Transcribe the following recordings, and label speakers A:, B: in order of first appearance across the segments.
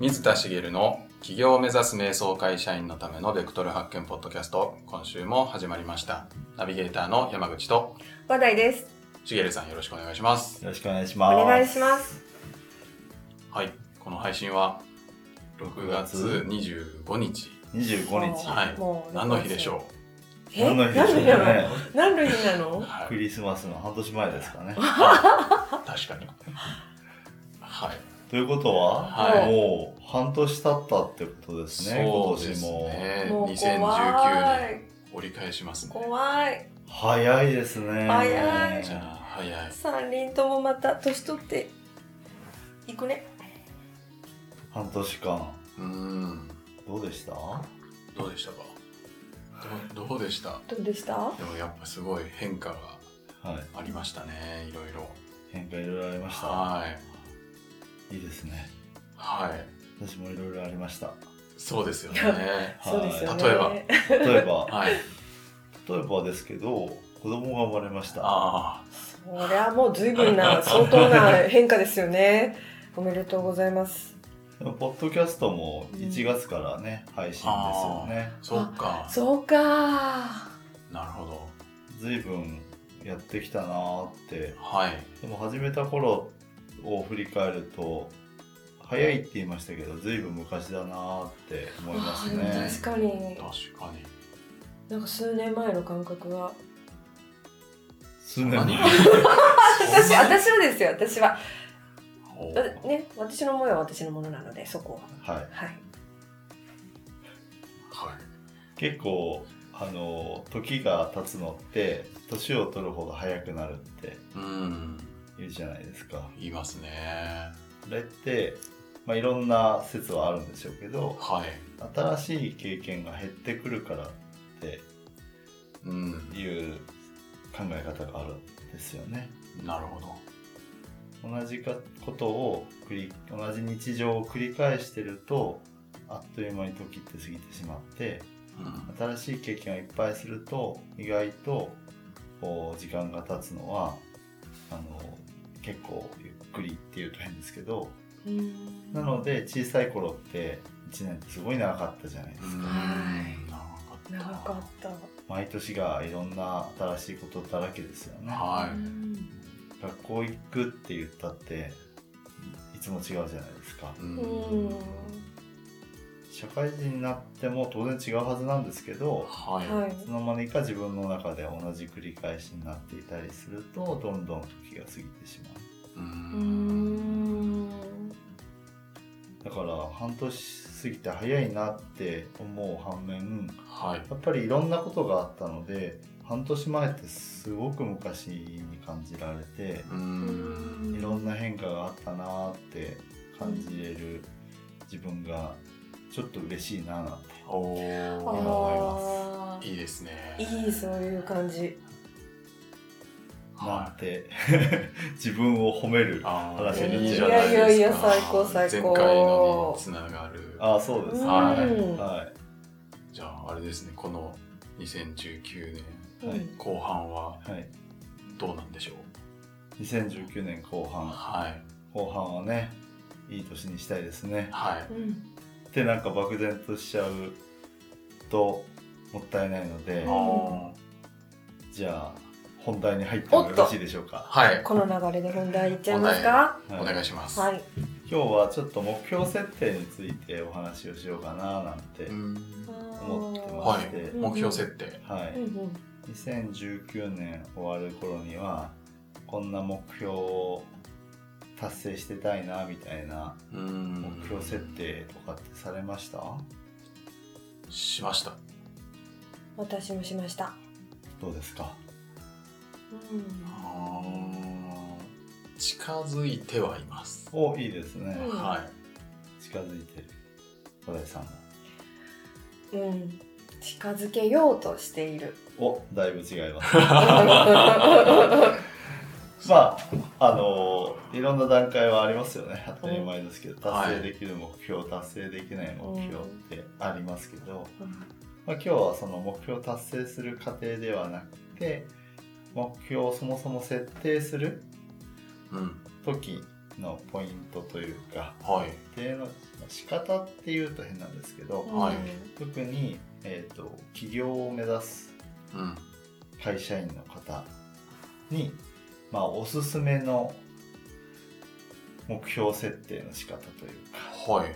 A: 水田茂の起業を目指す瞑想会社員のためのベクトル発見ポッドキャスト今週も始まりましたナビゲーターの山口と
B: 話題です。
A: 茂さんよろしくお願いします
C: よろしくお願いし
B: お
C: ます。
B: 願いします。
A: はいこの配信は6月25日
C: 二十五日、
A: はい
B: もう
A: 何の日でしょ
B: え何の
C: 何の
B: 日な
C: 日でしょうね
B: の？何の日な
A: う、
B: の？
A: は
C: ク
A: い、
C: リスマスの半年前ですかね。
A: あ確かにはい
C: ということは、
A: はい
C: もう半年経ったってことですね。
A: そうです
C: 今年も
A: ね
B: もう
A: 2019
B: 怖
A: 年
B: い。
A: 折り返しますね
B: 怖い。
C: 早いですね。
B: 早い
A: じゃあ早い
B: 三人ともまた年取っていくね。
C: 半年間
A: うーん
C: どうでした？
A: どうでしたかどうどうでした
B: どうでした？
A: でもやっぱすごい変化が
C: はい。
A: ありましたねいろいろ
C: 変化いろいろありました。
A: はい
C: いいですね。
A: はい
C: 私もいろいろありました。
A: そうですよ ね
C: はい
B: そうですよね。
A: 例えば
C: 例えば、
A: はい
C: 例えばですけど、子供が生まれました。
A: あ
B: そりゃもう随分な相当な変化ですよね。おめでとうございます。
C: でもポッドキャストも1月からね、配信ですよね。
A: あそっか
B: そうか。
A: なるほど
C: ずいぶんやってきたなーって
A: はい
C: でも始めた頃を振り返ると早いって言いましたけどずいぶん昔だなーって思います
B: あー
C: ね
B: 確かに。
A: 確かに
B: なんか数年前の感覚が。
C: 数年
A: 何
C: 前
B: 私私はですよ私は
A: お
B: だね私の思いは私のものなのでそこ
C: はい
B: ははい
A: はい
C: 結構あのー時が経つのって年を取る方が早くなるって
A: うん
C: 言うじゃないですか
A: 言いますね
C: それって、まあ、いろんな説はあるんでしょうけど
A: はい
C: 新しい経験が減ってくるからって
A: うん
C: いう考え方があるんですよね
A: なるほど
C: 同じかことを繰り同じ日常を繰り返してるとあっという間に時って過ぎてしまって
A: うん
C: 新しい経験をいっぱいすると意外とこう時間が経つのはあの結構ゆっくりっていうと変ですけどなので小さい頃って1年ってすごい長かったじゃないで
A: う
C: すか
A: ん
B: はい
A: 長かった
B: 長かった
C: 毎年がいろんな新しいことだらけですよね
A: は
B: う
A: い
B: ん
C: 学校行くって言ったっていつも違うじゃないですか
A: うん
B: うん
C: 社会人になっても当然違うはずなんですけど
A: はい
B: はい
C: いつの間にか自分の中で同じ繰り返しになっていたりするとどんどん時が過ぎてしま
A: う
C: う
B: うんん
C: だから半年過ぎて早いなって思う反面
A: はい
C: やっぱりいろんなことがあったので半年前ってすごく昔に感じられて
A: う
B: うん
A: ん
C: いろんな変化があったなって感じれる自分がちょっと嬉しいななんて
A: お
B: あ
A: ー
B: あ
A: いいですね
B: ーいいそういう感じ
C: な
A: は
C: んて 自分を褒める
A: いあ
C: 話
A: ー
C: が
A: いいじゃないですか
B: いやいやいや最高最高
A: 前回のにつながる
C: ああそうです
A: う
C: ね。
A: ん
C: は
A: じゃああれですねこの2019年
B: う
C: はい。
B: ん
A: 後半はい
C: はい。
A: どうなんでしょう
C: 2019年後半。
A: はい
C: 後半はね、いい年にしたいですね。
A: はい
B: うん
C: ってなんか漠然としちゃうともったいないので
A: あ、ー
C: じゃあ本題に入ってもよろしいでしょうか。
A: はい
B: この流れで本題いっちゃいますか
A: お
C: はい
A: 願いします
B: はい
C: 今日はちょっと目標設定についてお話をしようかななんて
A: うん
C: 思ってま
A: は
C: して、
A: い目標設定
C: はい
B: うんうん
C: 2019年終わる頃にはこんな目標を達成してたいなみたいな
A: うん
C: 目標設定とかってされました
A: しました
B: 私もしました
C: どうですか
B: うん
A: あー近づいてはいます
C: おいいですね、
B: うん
A: はい
C: 近づいてる小田井さんも
B: うん、近づけようとしている。
C: おだいぶ違います
B: は
C: まああのーいろんな段階はありますよね当たり前ですけど
A: はい
C: 達成できる目標、達成できない目標ってありますけど、まあ、今日はその目標を達成する過程ではなくて目標をそもそも設定する
A: うん
C: 時のポイントというか
A: はい。
C: 経営の仕方っていうと変なんですけど
A: はい
C: 特に、えー、と起業を目指す
A: うん。
C: 会社員の方に、まあ、おすすめの目標設定の仕方というか
A: はい。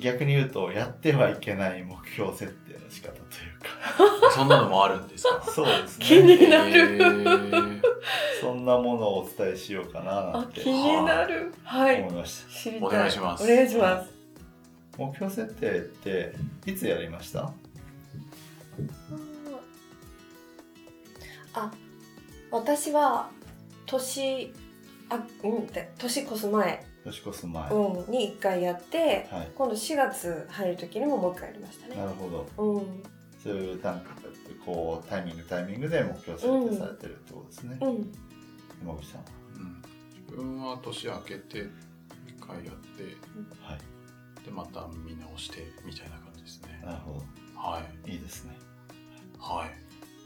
C: 逆に言うとやってはいけない目標設定の仕方というか
A: そんなのもあるんですか
C: そうですね
B: 気になる
A: へー
C: そんなものをお伝えしようかなな
B: あ
C: んて
B: 気になるは
C: 思
B: い
C: いました、
B: 知りたい
A: お願いします
B: お願いします
C: 目標設定っていつやりました
D: あ私は年
B: あうんって年越す前、
C: 年越す前、は
B: うん、に一回やって
C: い
B: 今度4月入る時にももう一回やりましたね
C: なるほど
B: うん
C: そういうタンこうタイミングタイミングで目標設定されてるってことですね、
B: うん
C: 山口さんは
A: うん自分は年明けて一回やって
C: はい
A: でまた見直してみたいな感じですね
C: なるほ
A: はい
C: どいいですね
A: はい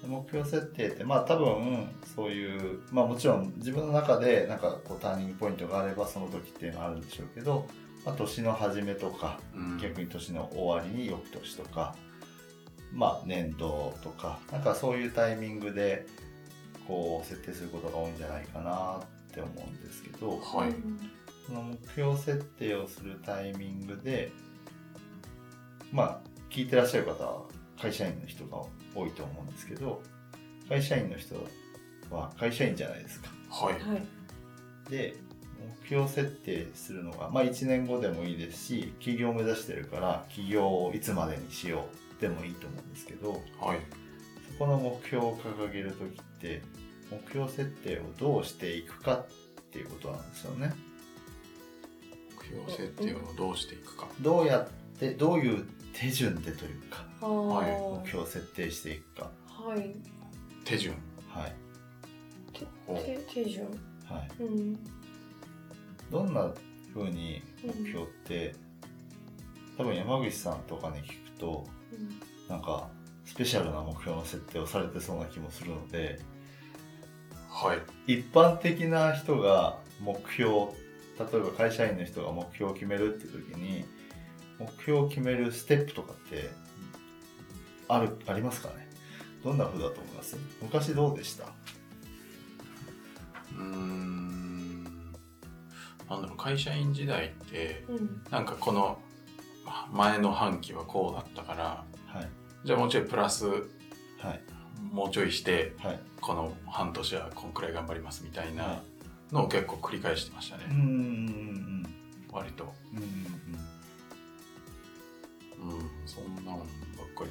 C: 目標設定ってまあ多分そういうまあもちろん自分の中でなんかこうターニングポイントがあればその時っていうのはあるんでしょうけど、まあ、年の初めとか
A: うん
C: 逆に年の終わりに翌年とかまあ年度とかなんかそういうタイミングでこう設定することが多いんじゃないかなって思うんですけど
A: はい
C: その目標設定をするタイミングでまあ聞いてらっしゃる方は会社員の人が多いと思うんですけど会社員の人は会社員じゃないですか。
A: はい
B: はい
C: で目標設定するのが、まあ、1年後でもいいですし起業を目指してるから起業をいつまでにしようでもいいと思うんですけど
A: はい
C: そこの目標を掲げる時って目標設定をどうしていくかっていうことなんですよね。
A: 目標設定をどうしていくか
C: どうやってどういう手順でというか
B: あー
A: はい
C: 目標を設定していくか
B: はい
A: 手順
C: はい
A: を
B: て手順
C: はい
B: うん
C: どんな風に目標って、多分山口さんとかに聞くと
B: うん
C: なんかスペシャルな目標の設定をされてそうな気もするので
A: はい
C: 一般的な人が目標例えば会社員の人が目標を決めるっていう時に目標を決めるステップとかってあるありますかねどんな風だと思います昔どうでした
A: うーんなんだろう会社員時代って
B: うん
A: なんかこの前の半期はこうだったから
C: はい
A: じゃあもうちょいプラス
C: はい
A: もうちょいして
C: はい
A: この半年はこんくらい頑張りますみたい
C: は
A: なのを結構繰り返してましたね
C: い、うんうん
A: 割と
C: うんうんうん
A: うんそんなんばっかりだ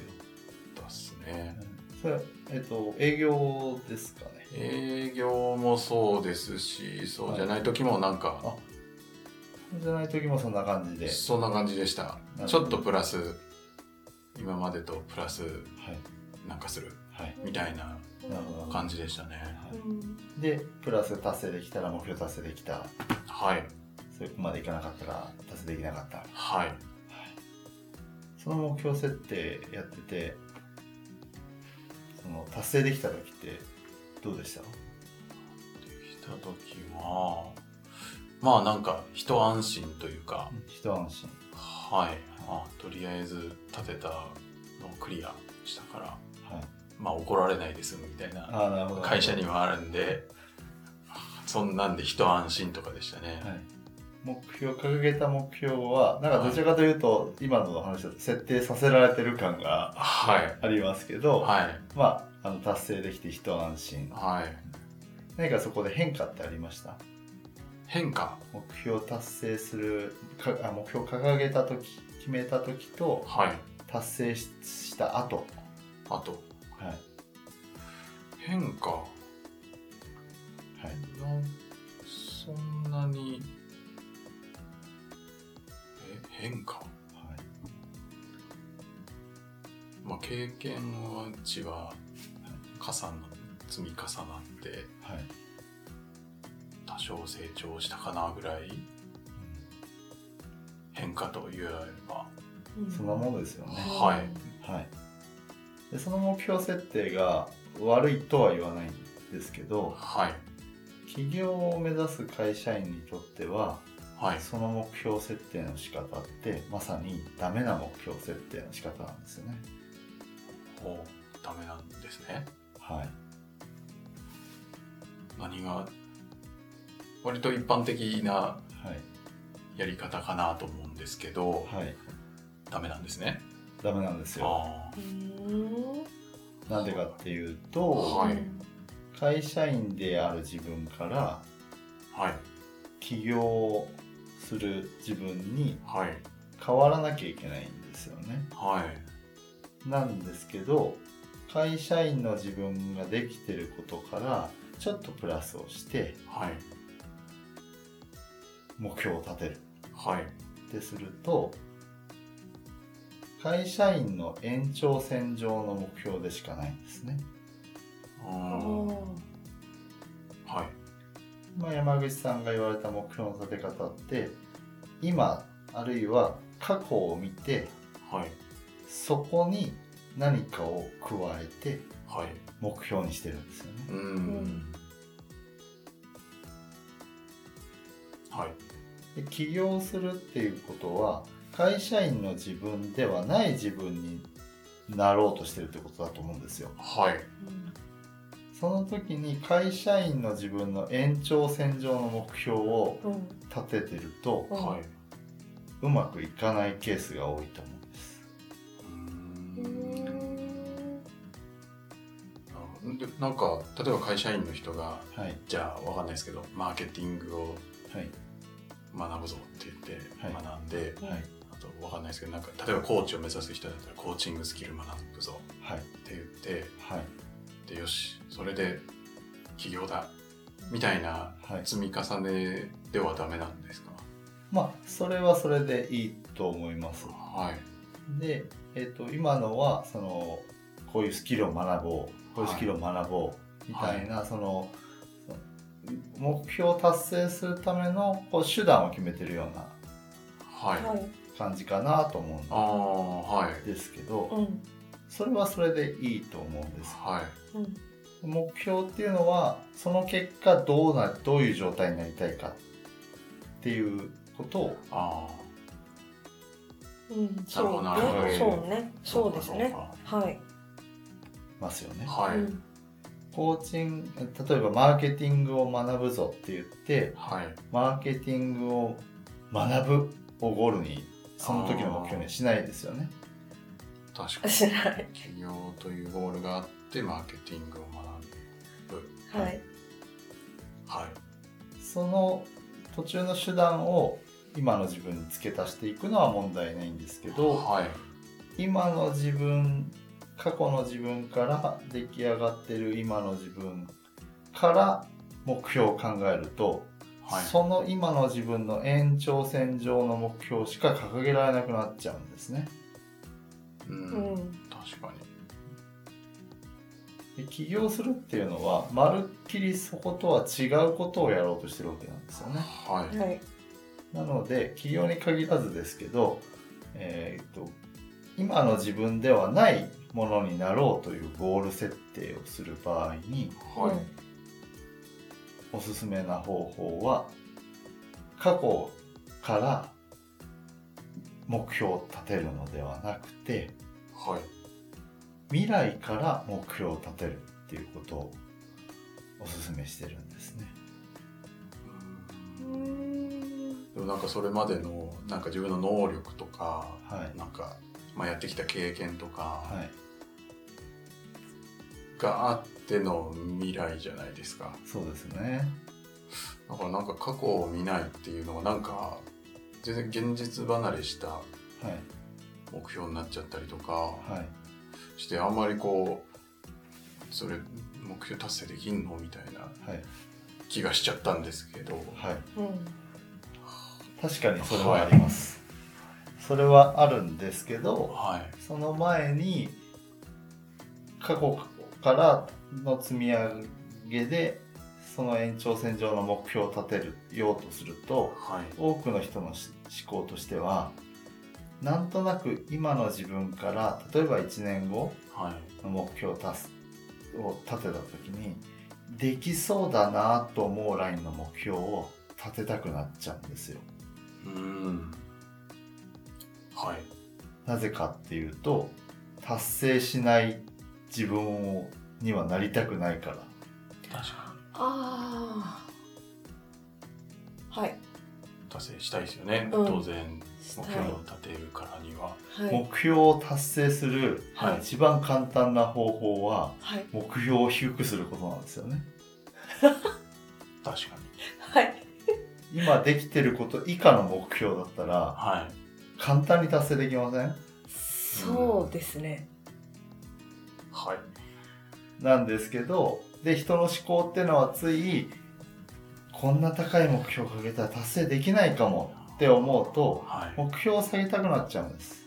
A: ったっすね
C: それえっと営業ですかね
A: 営業もそうですしそうじゃない時もなんか
C: あじゃない時もそんな感じで
A: そんな感じでした
C: なるほど
A: ちょっとプラス今までとプラス
C: はい
A: なんかする
C: はい
A: みたいな
C: なるほど
A: 感じでしたね
C: はい
B: うん
C: でプラス達成できたら目標達成できた
A: はい
C: そこまでいかなかったら達成できなかった、はい、
A: はい
C: その目標設定やっててその達成できた時ってどうでした
A: できた時はまあなんか一安心というか
C: 一安心
A: はいあとりあえず立てたのをクリアしたから
C: はい
A: まあ怒られないですみたいな
C: ああなるほど
A: 会社にはあるんで そんなんで一安心とかでしたね、
C: はい目標掲げた目標はなんかどちらかというと、今のお話だと設定させられてる感が
A: はい
C: ありますけど、
A: はい
C: まああの達成できて一安心
A: はい
C: 何かそこで変化ってありました
A: 変化
C: 目標達成するかあ目標掲げた時決めた時と
A: はい
C: 達成しした後、
A: あと
C: はい
A: 変化
C: はい、
A: なんそんなにえ変化
C: は
A: まあ経験は値は重な積み重なって
C: いはい
A: 多少成長したかなぐらい変化と言えば
C: うんそんなものですよね、
A: はい
C: はい、でその目標設定が悪いとは言わないんですけど
A: はい
C: 起業を目指す会社員にとっては
A: はい。
C: その目標設定の仕方ってまさにダメな目標設定の仕方なんですよね
A: ほう、ダメなんですね。
C: はい
A: 何が、割と一般的な
C: はい
A: やり方かなと思うんですけど、
C: はい
A: ダメなんですね。
C: ダメなんですよ
A: あ
D: うーん
C: なんでかっていう
A: あ、
C: と
A: はい。
C: 会社員である自分から
A: はい。
C: 起業する自分に
A: はい。
C: 変わらなきゃいけないんですよね
A: はい。
C: なんですけど会社員の自分ができてることからちょっとプラスをして
A: はい。
C: 目標を立てる
A: はい。
C: ってすると会社員の延長線上の目標でしかないんですね、
A: うー
D: お
A: ん
D: ー
A: はい。
C: まあ、山口さんが言われた目標の立て方って今あるいは過去を見て
A: はい。
C: そこに何かを加えて
A: はい。
C: 目標にしてるんですよね
A: うーん。はい。
C: で起業するっていうことは会社員の自分ではない自分になろうとしてるってことだと思うんですよ
A: はい。
D: うん
C: その時に会社員の自分の延長線上の目標を
B: うん
C: 立ててると
B: うん
A: はい。
C: うまくいかないケースが多いと思うんです
A: う
D: う
A: ー
D: ー
A: ん
D: ん
A: でなんか例えば会社員の人が
C: はい
A: じゃあわかんないですけどマーケティングを
C: はい
A: 学ぶぞって言って
C: はい
A: 学んで、
C: はい
A: あとわかんないですけどなんか例えばコーチを目指す人だったらコーチングスキル学ぶぞ
C: はい
A: って言って
C: はい
A: でよしそれで起業だみたいな
C: はい
A: 積み重ねではダメなんですか
C: まあそれはそれでいいと思います
A: はい
C: で、えっと今のはそのこういうスキルを学ぼうこういうスキルを学ぼうみたいな、そのその目標を達成するためのこう手段を決めてるような
A: はい、あ
B: はい
C: 感じかなと思
A: あ
C: う
A: はい
C: んですけど
B: うん
C: それはそれでいいと思うんです
A: はい
B: うん
C: 目標っていうのはその結果どうなどういう状態になりたいかっていうことを
A: あ
B: うん
A: なるほ
B: そ
A: ど
B: う
A: なるほど
B: ねそうね
A: あ
B: そうですねはい
C: ますよね
A: はい、
B: うん
C: コーチング例えばマーケティングを学ぶぞって言って
A: はい
C: マーケティングを学ぶをゴールにその時の目標にはしないですよね。
A: 確かに
B: しない
A: 企業というゴールがあってマーケティングを学ぶ
B: はい
A: はい
C: その途中の手段を今の自分に付け足していくのは問題ないんですけど
A: はい
C: 今の自分過去の自分から出来上がってる今の自分から目標を考えると、
A: はい
C: その今の自分の延長線上の目標しか掲げられなくなっちゃうんですね。
A: う
B: うんん
A: 確かに
C: で起業するっていうのはまるっきりそことは違うことをやろうとしてるわけなんですよね
A: はい
B: はい
C: なので起業に限らずですけど、えーっと今の自分ではないものになろうというゴール設定をする場合に
A: はい
B: うん
C: おすすめな方法は過去から目標を立てるのではなくて
A: はい
C: 未来から目標を立てるっていうことをおすすめしてるんですね。
A: うんでもなんかそれまでのなんか自分の能力とか
C: はい、
A: なんか、まあ、やってきた経験と
C: は
A: か
C: い
A: があっての未来じゃないですか
C: そうですね。
A: だからなんか過去を見ないっていうのはなんか全然現実離れした
C: はい。
A: 目標になっちゃったりとか
C: はい。
A: してあんまりこうそれ目標達成できんのみたいな
C: はい。
A: 気がしちゃったんですけど
C: はい。
B: うん
C: 確かにそれはあります。それはあるんですけど、
A: はい
C: その前に、過去からの積み上げで、その延長線上の目標を立てるようとすると、
A: はい
C: 多くの人のし思考としては、なんとなく今の自分から、例えば1年後
A: はい
C: の目標を達すを立てた時に、できそうだなと思うラインの目標を立てたくなっちゃうんですよ。
A: うん。はい。
C: なぜかっていうと達成しない自分をにはなりたくないから
A: 確かに。
D: ああはい
A: 達成したいですよね。
D: うん
A: 当然、
D: し
A: 目
D: たい
A: 標を立てるからには。
D: はい
C: 目標を達成する
D: はい
C: 一番簡単な方法は
D: はい
C: 目標を低くすることなんですよね
A: 確かに。
D: はい
C: 今できてること以下の目標だったら
A: はい。
C: 簡単に達成できません
D: そうですね
A: はい。
C: なんですけどで人の思考ってのはついこんな高い目標をかけたら達成できないかもって思うと
A: は
C: 目標を下げたくなっちゃうんです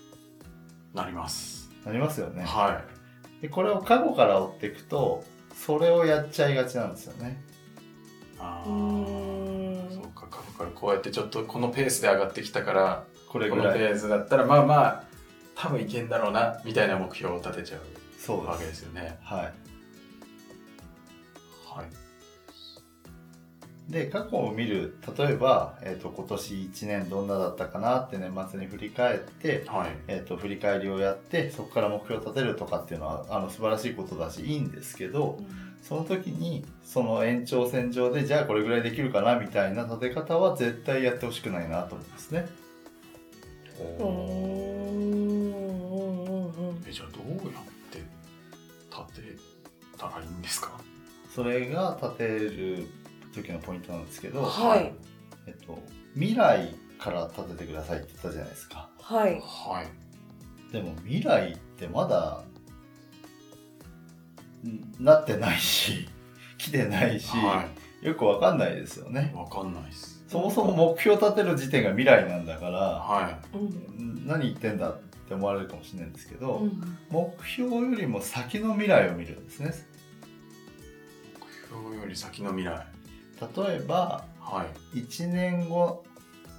A: い。なります。
C: なりますよね
A: は
C: でこれを過去から追っていくとそれをやっちゃいがちなんですよね
A: い。あ
D: う
A: あ。
D: ー
A: そ
D: ん
A: うか、過去からこうやってちょっとこのペースで上がってきたから、
C: これ
A: こ
C: ぐ
A: の
C: らい
A: ペースだったら、まあまあ、多分いけんだろうな、みたいな目標を立てちゃう
C: そう
A: わけ
C: で
A: ですすよね。
C: は
A: はい。
C: いで過去を見る例えば、えー、と今年1年どんなだったかなって年末に振り返って、
A: はい。
C: えー、と振り返りをやってそこから目標を立てるとかっていうのはあの素晴らしいことだしいいんですけどその時にその延長線上でじゃあこれぐらいできるかなみたいな立て方は絶対やってほしくないなと思うんですね
B: うーんうんうんうん
A: えじゃあどうやって立てたらいいんですか
C: それが立てる時のポイントなんですけど、
B: はい
C: えっと、未来から立ててくださいって言ったじゃないですか
B: はい
A: はい
C: でも未来ってまだんなってないし 来てないし、
A: は
C: よくわかんないですよね
A: いわかんないです
C: そもそも目標立てる時点が未来なんだから
A: は
B: うん
C: ん何言ってんだって思われるかもしれないんですけど、
D: うん
C: 目標よりも先の未来を見るんですね
A: い目標より先の未来
C: 例えば
A: はい
C: 1年後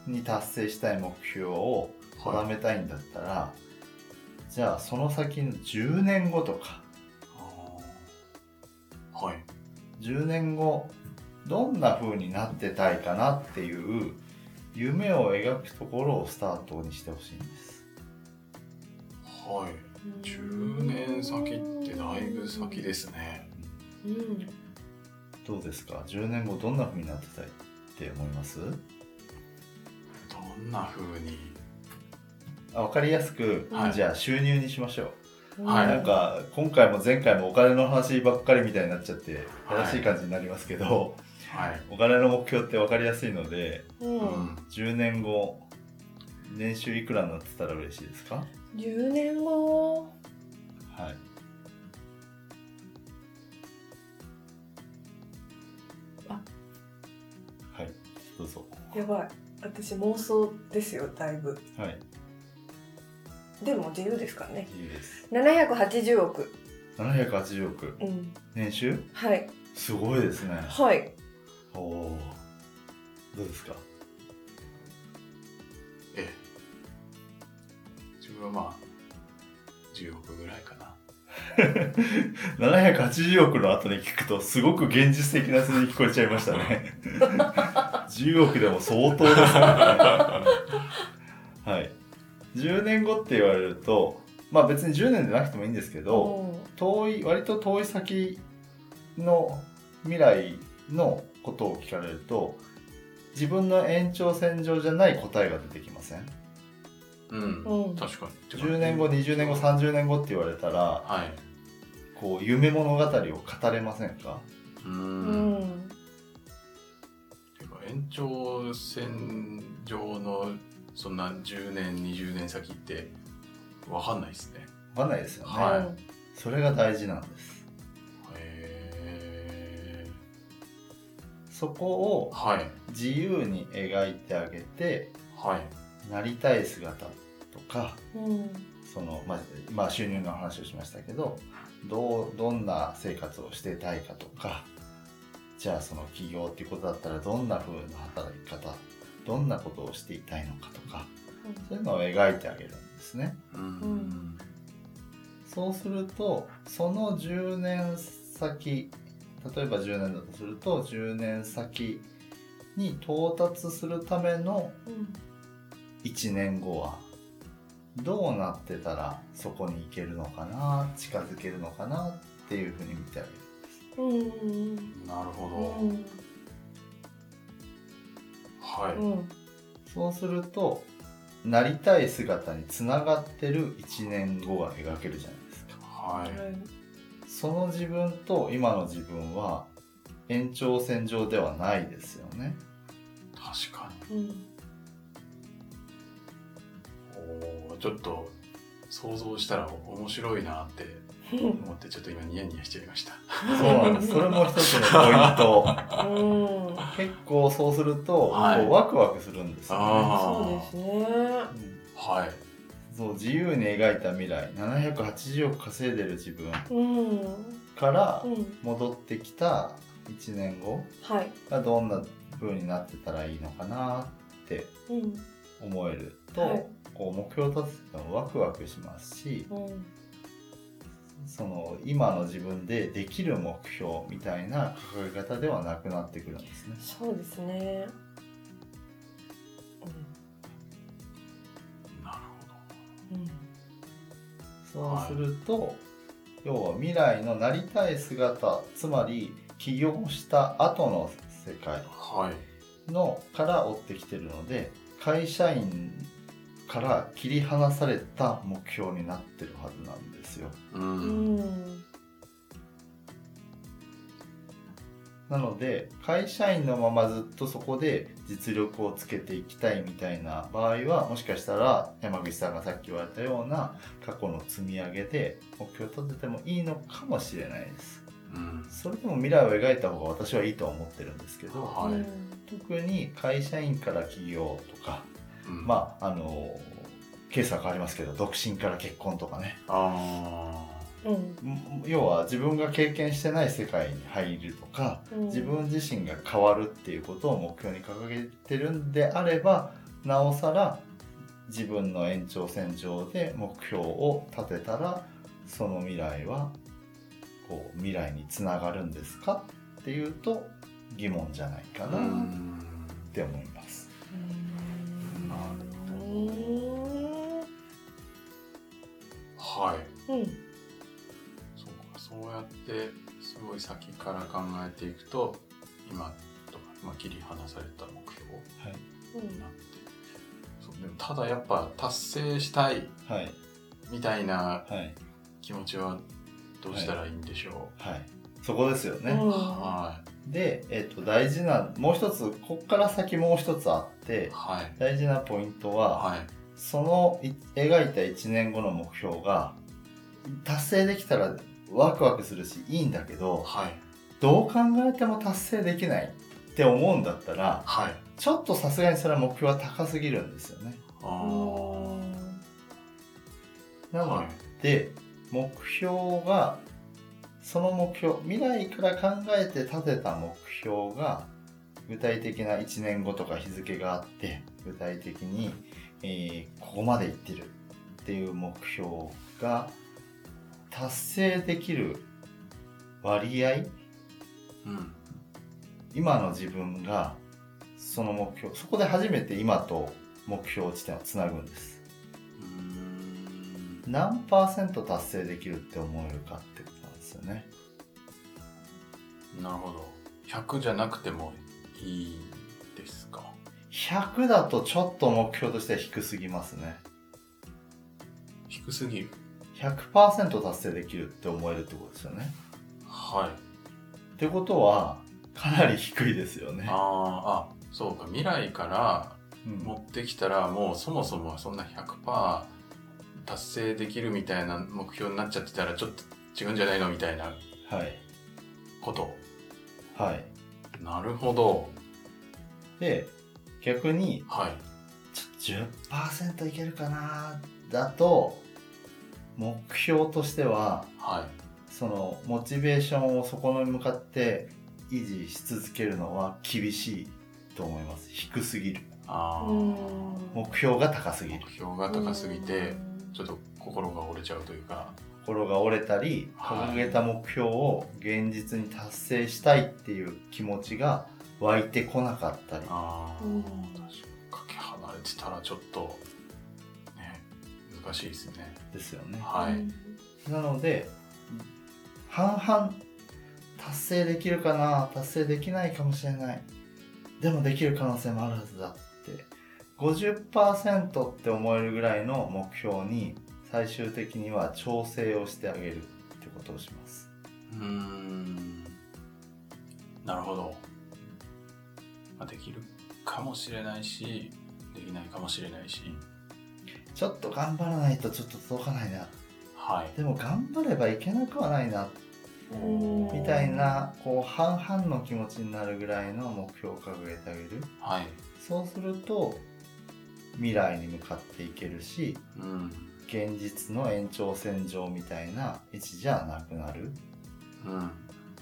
C: に達成したい目標を定
A: い
C: めたいんだったら、じゃあその先の10年後とか
A: あーはい
C: 10年後どんな風になってたいかなっていう夢を描くところをスタートにしてほしいんです
A: はい10年先ってだいぶ先ですね
D: うん
C: どうですか10年後どんな風になってたいって思います
A: どんな風に
C: あ分かりやすく、
A: はい
C: じゃあ収入にしましょう
A: はい
C: なんか今回も前回もお金の話ばっかりみたいになっちゃって
A: はい
C: 正しい感じになりますけど、
A: はい
C: お金の目標って分かりやすいので
B: うん
C: 10年後年収いくらになってたら嬉しいですか
B: 10年後
C: はい
B: あ
C: はいどうぞ
B: やばい私妄想ですよだいぶ
C: はい
B: でも自由ですからね
C: いいです
B: 780億
C: 780億
B: うん
C: 年収
B: はい
C: すごいですね
B: はい
C: おおーどうですか
A: ええ自分はまあ10億ぐらいかな
C: 780億の後に聞くとすごく現実的な数字に聞こえちゃいましたね10億でも相当ですねはい10年後って言われるとまあ別に10年でなくてもいいんですけど遠い割と遠い先の未来のことを聞かれると自分の延長線上じゃない答えが出てきません
A: うん
B: うん
A: 確かに
C: 10年後20年後30年後って言われたら
A: はい
C: こう夢物語を語れませんか
A: う
B: うんん
A: てか延長線上のそんな10年20年先ってわかんないですね
C: わかんないですよね、
A: はい
C: それが大事なんです
A: へえ
C: そこを
A: はい
C: 自由に描いてあげて
A: はい
C: なりたい姿とか
B: うん
C: その、まあ、まあ収入の話をしましたけどどうどんな生活をしてたいかとかじゃあその起業っていうことだったらどんな風な働き方どんなことをしていたいのかとかそういうのを描いてあげるんですね
A: うん、
B: うん
C: そうするとその10年先例えば10年だとすると10年先に到達するための
D: うん
C: 1年後はどうなってたらそこに行けるのかな近づけるのかなっていうふうに見てあげる
D: うんうん
A: なるほ
D: う
A: ど、
D: ん
A: はい、
D: うん
C: そうするとなりたい姿につながってる1年後が描けるじゃないですか
A: はい
C: その自分と今の自分は延長線上ではないですよね
A: 確かに
D: うん
A: おーちょっと想像したら面白いなって
D: うん
A: 思ってちょっと今ニヤニヤしちゃいました
C: そうなんですそれも一つのポイント
B: うん、
C: 結構そうすると、
A: はい
C: こうワクワクするんですよね。
A: あ
B: そうですね。
C: うん
A: はい
C: そう自由に描いた未来780億稼いでる自分
B: うん、
C: から
D: うん
C: 戻ってきた1年後
B: はい、
C: がどんな風になってたらいいのかなって
D: うん
C: 思えると、
B: はい
C: こう目標を立ててもワクワクしますし
D: うん
C: その今の自分でできる目標みたいな掲げ方ではなくなってくるんですね。
B: そうですね。
A: なる
C: そうすると、要は未来のなりたい姿つまり起業した後の世界
A: ほどはい
C: のから追ってきてるので会社員から切り離された目標になってるはずなんですよ
A: う
B: うんん、
C: なので会社員のままずっとそこで実力をつけていきたいみたいな場合はもしかしたら山口さんがさっき言われたような過去の積み上げで目標を立ててもいいのかもしれないです
A: うん
C: それでも未来を描いた方が私はいいとは思ってるんですけど
A: はい、
C: 特に会社員から起業とか
A: うん
C: まああのケースは変わりますけど独身から結婚とかね
A: あ
B: うん、
C: ん要は自分が経験してない世界に入るとか
B: うん
C: 自分自身が変わるっていうことを目標に掲げてるんであればなおさら自分の延長線上で目標を立てたらその未来はこう未来につながるんですかっていうと疑問じゃないか
A: ー
C: な
A: う
C: っ
A: ん
C: て思います。
A: な
B: う
A: るほど
B: ん、
A: はい
B: うん、
A: そうかそうやってすごい先から考えていくと今とか、まあ、切り離された目標
C: はい
A: になってそうでもただやっぱ達成したい
C: はい
A: みたいな
C: はい
A: 気持ちはどうしたらいいんでしょ
C: はいそこですよね。
B: うん
A: う、は
C: で、えっと大事なもう一つこっから先もう一つあっ
A: い
C: て
A: はい
C: 大事なポイントは、
A: はい
C: そのい描いた1年後の目標が達成できたらワクワクするしいいんだけど
A: はい
C: どう考えても達成できないって思うんだったら
A: はい
C: ちょっとさすがにそれは目標は高すぎるんですよね。
A: あー
C: な
A: は
C: の
A: い
C: で目標がその目標未来から考えて立てた目標が具体的な1年後とか日付があって具体的に、えーここまでいってるっていう目標が達成できる割合
A: うん
C: 今の自分がその目標そこで初めて今と目標地点をつなぐんです
A: うーん
C: 何パーセント達成できるって思えるかってことなんですよね
A: なるほど100じゃなくてもいいですか
C: 100だとちょっと目標としては低すぎますね
A: 低すぎる
C: 100%達成できるって思えるってことですよね
A: はい
C: ってことはかなり低いですよね
A: あー、あそうか未来から
C: うん
A: 持ってきたらもうそもそもそんな100%達成できるみたいな目標になっちゃってたらちょっと違うんじゃないのみたいな
C: はい
A: こと
C: はい
A: なるほど
C: で逆に
A: はい
C: ちょっと10%いけるかなだと目標としては
A: はい
C: そのモチベーションをそこに向かって維持し続けるのは厳しいと思います低すぎる
A: あ
D: う
A: ー
D: ん
C: 目標が高すぎる
A: 目標が高すぎて
D: うん
A: ちょっと心が折れちゃうというか
C: 心が折れたり
A: はい
C: 掲げた目標を現実に達成したいっていう気持ちが湧いてこなかったり
A: ああ、
D: うん
A: 確かにかけ離れてたらちょっとね難しいですね
C: ですよね。
A: はい、
C: なので半々達成できるかな達成できないかもしれないでもできる可能性もあるはずだって50%って思えるぐらいの目標に最終的には調整をしてあげるってことをします。
A: うーんなるほど、まあ、できるかもしれないしできないかもしれないし
C: ちょっと頑張らないとちょっと届かないな
A: はい
C: でも頑張ればいけなくはないな
D: うん
C: みたいなこう半々の気持ちになるぐらいの目標を掲げてあげる
A: はい
C: そうすると未来に向かっていけるし
A: うん
C: 現実の延長線上みたいな位置じゃなくなる
A: うん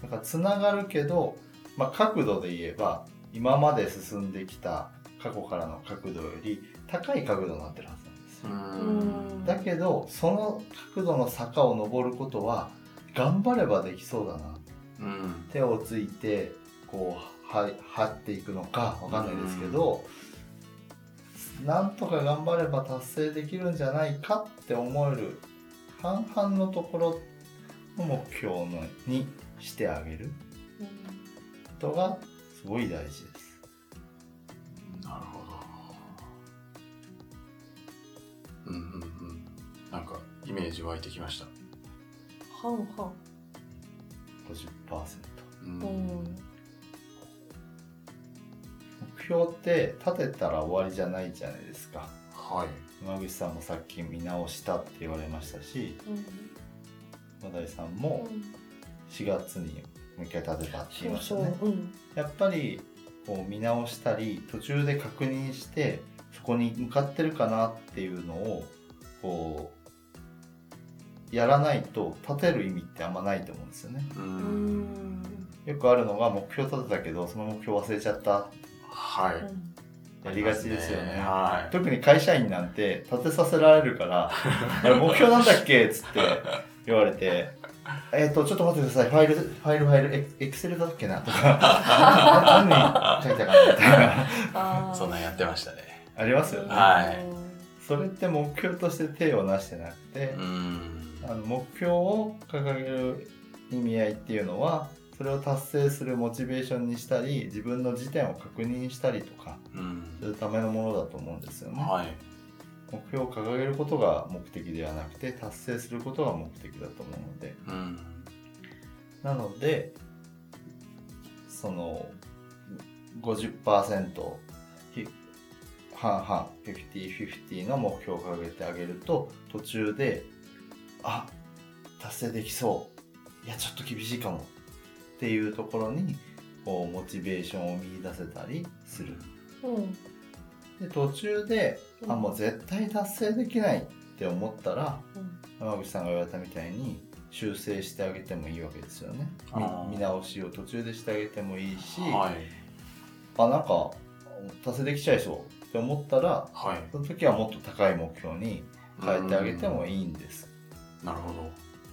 C: だからつながるけど、まあ、角度で言えば今まで進んできた過去からの角度より高い角度になってるはずなんです
A: う
C: よ、
A: ん
C: だけどその角度の坂を登ることは頑張ればできそうだな
A: うん
C: 手をついてこうは張っていくのかわかんないですけど、なんとか頑張れば達成できるんじゃないかって思える半々のところの目標のにしてあげることがすごい大事です。
A: なるほどうんうんうんなんかイメージ湧いてきました
D: 半々
C: 50%
A: うん
D: うん
C: 目標って立てたら終わりじゃないじゃないですか。
A: はい
C: 山口さんもさっき見直したって言われましたし、和田井さんも4月にもう一回立てたって言いました
D: そ
C: ね。
D: ううん
C: やっぱりこう見直したり途中で確認してそこに向かってるかなっていうのをこうやらないと立てる意味ってあんまないと思うんですよね。
A: う
D: うんん
C: よくあるのが目標立てたけどその目標忘れちゃった
A: はい
C: やりがちですよ
A: あります
C: ね。
A: ねはい
C: 特に会社員なんて立てさせられるから 「あれ目標なんだっけ?」っつって言われて「えっ、とちょっと待ってくださいファイルファイルファイルエクエクセルだっけな」とか 「何書いたかな」みたいな。
D: あー
A: そんなんやってましたね
C: ありますよね、
A: はい
C: それって目標として手をなしてなくて
A: う、ん
C: あの目標を掲げる意味合いっていうのはそれを達成するモチベーションにしたり自分の時点を確認したりとか
A: うん
C: するためのものだと思うんですよね、
A: はい
C: 目標を掲げることが目的ではなくて達成することが目的だと思うので
A: うん
C: なのでその50%ひ半々50-50の目標を掲げてあげると途中であ達成できそういやちょっと厳しいかもっていうところにこうモチベーションを見出せたりする
D: うん
C: で途中で、
D: うん
C: あもう絶対達成できないって思ったら
D: うん
C: 山口さんが言われたみたいに修正してあげてもいいわけですよね
A: あー
C: み見直しを途中でしてあげてもいいし、
A: はい
C: あなんか達成できちゃいそうって思ったら
A: はい
C: その時はもっと高い目標に変えてあげてもいいんです
A: うんなるほど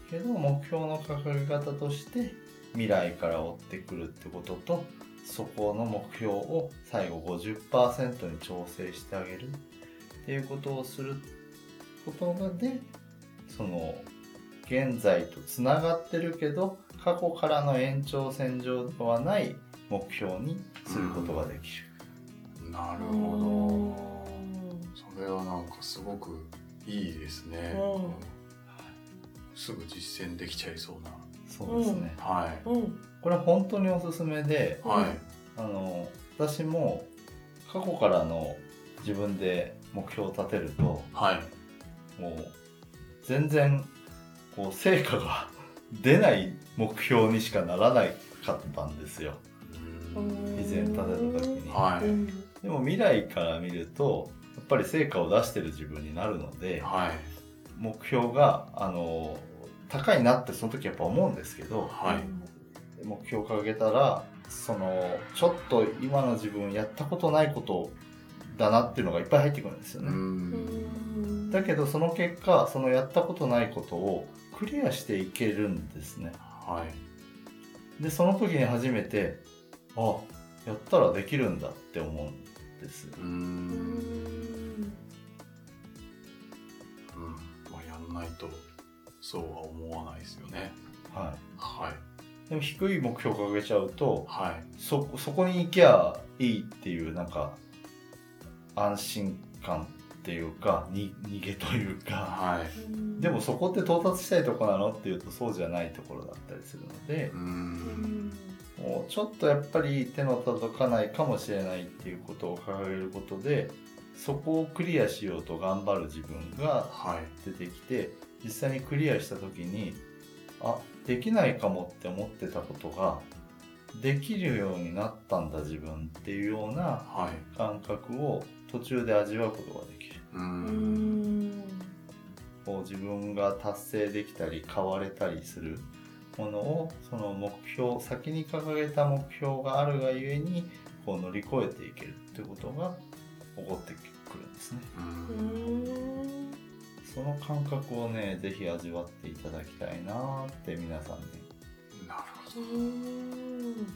C: けど目標の掲げ方として未来から追ってくるってこととそこの目標を最後50%に調整してあげるっていうことをすることでその現在とつながってるけど過去からの延長線上ではない目標にすることができる。
A: なる
D: うん
A: ほどそれはなんかすごくいいですね、
D: うん
A: うんすぐ実践できちゃいそうな
C: そうですね、
A: はい
D: うん
C: これは本当におすすめで
D: うん
A: はい
C: あの私も過去からの自分で目標を立てるとも
A: はいう
C: 全然こう成果が出ない目標にしかならないかったんですよ
A: う
D: うん
C: 以前立てた時に、
A: は
D: う
A: い
D: ん
C: でも未来から見るとやっぱり成果を出してる自分になるので
A: はい
C: 目標があの高いなってその時やっぱ思うんですけど
A: はい
C: 目標を掲げたらそのちょっと今の自分やったことないことだなっていうのがいっぱい入ってくるんですよ
A: う
C: ね、
D: うんん
C: だけどその結果そのやったことないことをクリアしていけるんですね
A: はい。
C: でその時に初めてあやったらできるんだって思うんです
A: うーん。
D: ん
A: うん。まあ、やんないと、そうは思わないですよね。
C: は
A: はい。
C: いでも低い目標を掲げちゃうと
A: はい。
C: そそこに行きゃいいっていうなんか安心感っていうかに逃げというか
A: はい。
C: でもそこって到達したいとこなのっていうとそうじゃないところだったりするので
A: うー。
D: うんん
C: もうちょっとやっぱり手の届かないかもしれないっていうことを掲げることでそこをクリアしようと頑張る自分が
A: はい。
C: 出てきて実際にクリアした時にあできないかもって思ってたことができるようになったんだ自分っていうような
A: はい。
C: 感覚を途中で味わうことができる
A: うー。
D: うんん
C: こう自分が達成できたり変われたりするものをその目標先に掲げた目標があるがゆえにこう乗り越えていけるってことが起こってくるんですね
A: う
D: うんん
C: その感覚をね是非味わっていただきたいなって皆さんに
A: なるほ
D: うん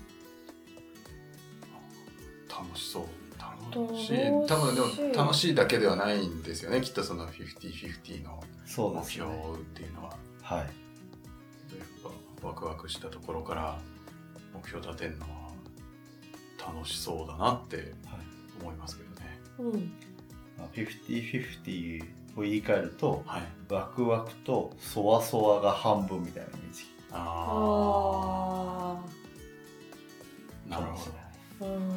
A: ど。楽しそう。楽
D: 楽
A: し
D: し
A: い
D: い。
A: 多分でも、楽しいだけではないんですよね。きっとその50-50の
C: そうで
A: 目
C: す
A: 標
C: ね
A: を追うっていうのは。
C: はい
A: やっぱワクワクしたところから目標立てるのは楽しそうだなって思いますけどね。
D: うん
C: まあ50-50を言い換えると
A: はい。
C: ワクワクとそわそわが半分みたいなイメージ
A: あ
D: あ
A: あ、なるほど。
D: あうん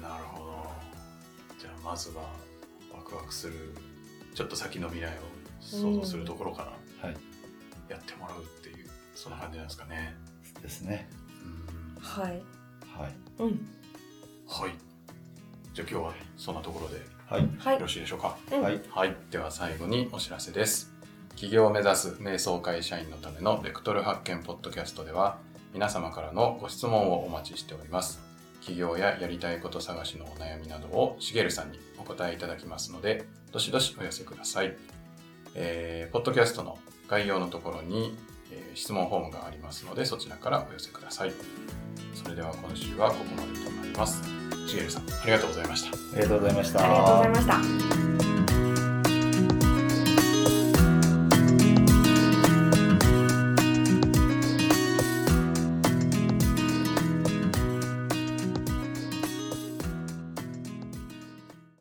A: なるほど。じゃあまずはワクワクするちょっと先の未来を想像するところから
C: はい
A: やってもらうっていう、そんな感じなんですかね。
C: ですね
A: うん
D: はい
C: はい
D: うん
A: はい。じゃあ今日はそんなところでよ
C: はい
D: はい
A: ろしいでしょうか。
D: うん
C: はい
A: はい、では最後にお知らせです。企業を目指す瞑想会社員のためのベクトル発見ポッドキャストでは、皆様からのご質問をお待ちしております。企業ややりたいこと探しのお悩みなどをしげるさんにお答えいただきますので、どしどしお寄せください。えーポッドキャストの概要のところに、えー質問フォームがありますので、そちらからお寄せください。それでは今週はここまでとなります。しげるさん、ありがとうございました。
C: ありがとうございました
B: ありがとうございました。